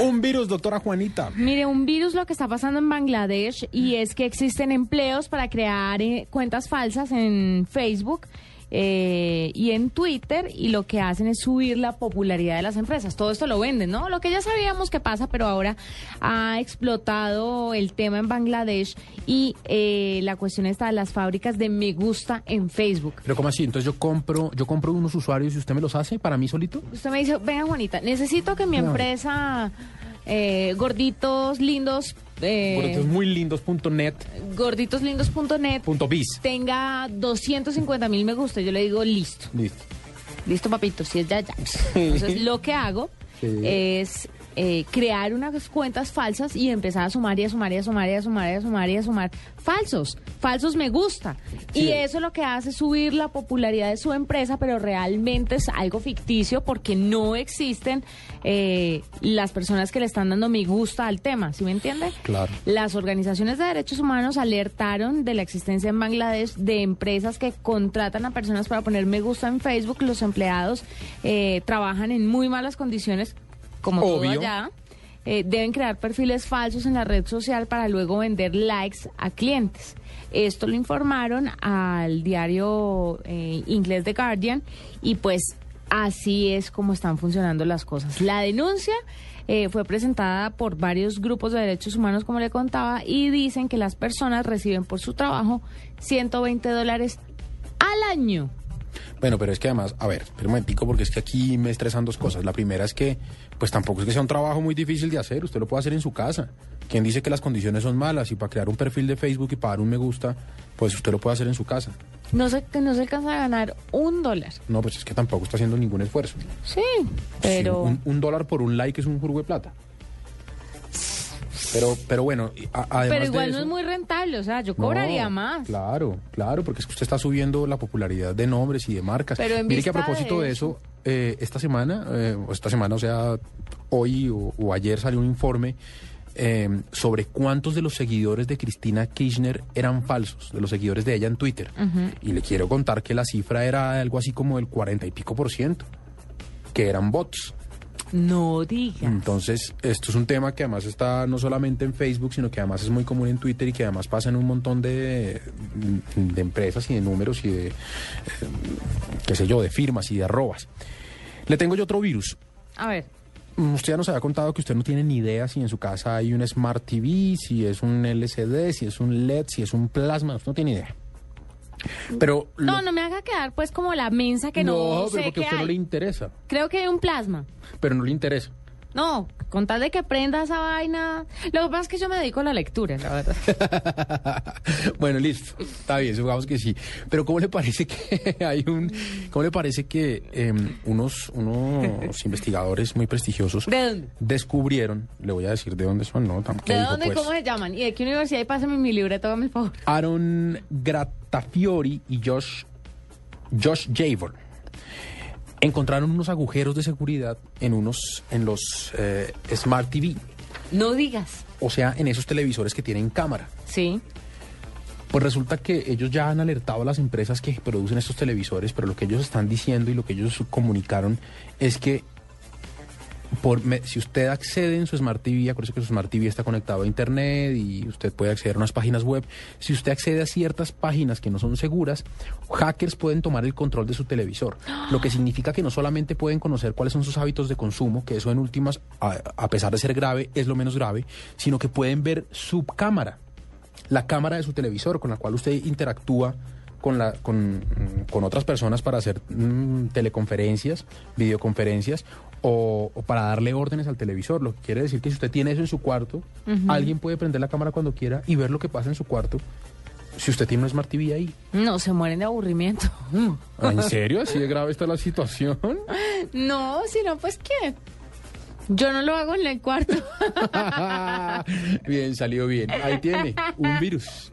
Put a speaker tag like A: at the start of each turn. A: Un virus, doctora Juanita.
B: Mire, un virus lo que está pasando en Bangladesh y es que existen empleos para crear eh, cuentas falsas en Facebook eh, y en Twitter y lo que hacen es subir la popularidad de las empresas. Todo esto lo venden, ¿no? Lo que ya sabíamos que pasa, pero ahora ha explotado el tema en Bangladesh y eh, la cuestión está de las fábricas de me gusta en Facebook.
A: Pero ¿cómo así? Entonces yo compro, yo compro unos usuarios y usted me los hace para mí solito.
B: Usted me dice, venga Juanita, necesito que mi empresa, eh, gorditos, lindos, eh,
A: Por entonces muy lindos.net,
B: gorditoslindos.net
A: punto biz.
B: tenga 250 mil me gusta, yo le digo listo,
A: Listo.
B: listo papito, si es ya, ya. Entonces lo que hago
A: Sí.
B: es eh, crear unas cuentas falsas y empezar a sumar y a sumar y a sumar y a sumar y a sumar y a sumar falsos, falsos me gusta. Y eso lo que hace es subir la popularidad de su empresa, pero realmente es algo ficticio porque no existen eh, las personas que le están dando me gusta al tema, ¿sí me entiende?
A: Claro.
B: Las organizaciones de derechos humanos alertaron de la existencia en Bangladesh de empresas que contratan a personas para poner me gusta en Facebook. Los empleados eh, trabajan en muy malas condiciones, como todo
A: Obvio.
B: allá. Eh, deben crear perfiles falsos en la red social para luego vender likes a clientes. Esto lo informaron al diario eh, inglés The Guardian y pues así es como están funcionando las cosas. La denuncia eh, fue presentada por varios grupos de derechos humanos, como le contaba, y dicen que las personas reciben por su trabajo 120 dólares al año.
A: Bueno, pero es que además, a ver, espera un momentico porque es que aquí me estresan dos cosas. La primera es que, pues tampoco es que sea un trabajo muy difícil de hacer, usted lo puede hacer en su casa. Quien dice que las condiciones son malas y para crear un perfil de Facebook y pagar un me gusta, pues usted lo puede hacer en su casa.
B: No se, no se alcanza a ganar un dólar.
A: No, pues es que tampoco está haciendo ningún esfuerzo.
B: Sí, pero...
A: Sí, un, un dólar por un like es un jurgo de plata. Pero, pero bueno, y a- además
B: Pero
A: de
B: igual no
A: eso-
B: es muy rentable, o sea, yo
A: No,
B: cobraría más.
A: Claro, claro, porque es que usted está subiendo la popularidad de nombres y de marcas.
B: Pero en
A: Mire que a
B: vista
A: propósito
B: de
A: de eso, eh, esta semana, eh, o esta semana, o sea, hoy o, o ayer salió un informe eh, sobre cuántos de los seguidores de Cristina Kirchner eran falsos, de los seguidores de ella en Twitter. Y le quiero contar que la cifra era algo así como el cuarenta y pico por ciento, que eran bots.
B: No digas.
A: Mm. Entonces, esto es un tema que además está no solamente en Facebook, sino que además es muy común en Twitter y que además pasa en un montón de, mm, de empresas y de números y de, eh, qué sé yo, de firmas y de arrobas. Le tengo yo otro virus.
B: A ver,
A: Mm, Usted ya nos había contado que usted no tiene ni idea si en su casa hay un Smart TV, si es un LCD, si es un LED, si es un plasma, usted no tiene idea. Pero lo-
B: no, no me haga quedar pues como la mensa que no,
A: No, pero
B: sé
A: porque a
B: qué
A: usted no le
B: hay.
A: interesa,
B: Creo que hay un plasma.
A: pero no le interesa.
B: No, con tal de que prenda esa vaina. Lo que pasa es que yo me dedico a la lectura, la verdad.
A: bueno, listo. Está bien, supongamos que sí. Pero ¿cómo le parece que hay un... ¿Cómo le parece que em, unos, unos investigadores muy prestigiosos
B: ¿De dónde?
A: descubrieron, le voy a decir de dónde son, no, tampoco
B: ¿De
A: digo,
B: dónmo y
A: pues.
B: cómo se llaman? ¿Y de qué universidad? Y pásame mi libreto, hágame el favor.
A: Aaron Grattafiori y Josh, Josh Javor encontraron unos agujeros de seguridad en unos en los eh, Smart TV,
B: No digas.
A: o sea, en esos televisores que tienen cámara.
B: Sí.
A: Pues resulta que ellos ya han alertado a las empresas que producen estos televisores, pero lo que ellos están diciendo y lo que ellos comunicaron es que por me- si usted accede en su Smart TV, acuérdese que su Smart TV está conectado a Internet y usted puede acceder a unas páginas web, si usted accede a ciertas páginas que no son seguras, hackers pueden tomar el control de su televisor, lo que significa que no solamente pueden conocer cuáles son sus hábitos de consumo, que eso en últimas, a- a pesar de ser grave, es lo menos grave, sino que pueden ver su cámara la cámara de su televisor con la cual usted interactúa con, la, con, mm, con otras personas para hacer mm, teleconferencias, videoconferencias o, o para darle órdenes al televisor. Lo que quiere decir que si usted tiene eso en su cuarto, alguien puede prender la cámara cuando quiera y ver lo que pasa en su cuarto si usted tiene un Smart TV ahí. Ah,
B: No, se mueren de aburrimiento.
A: ¿En serio? ¿Así de grave está la situación?
B: No, si no, pues ¿qué? Yo no lo hago en el cuarto.
A: bien, salió bien. Ahí tiene, un virus.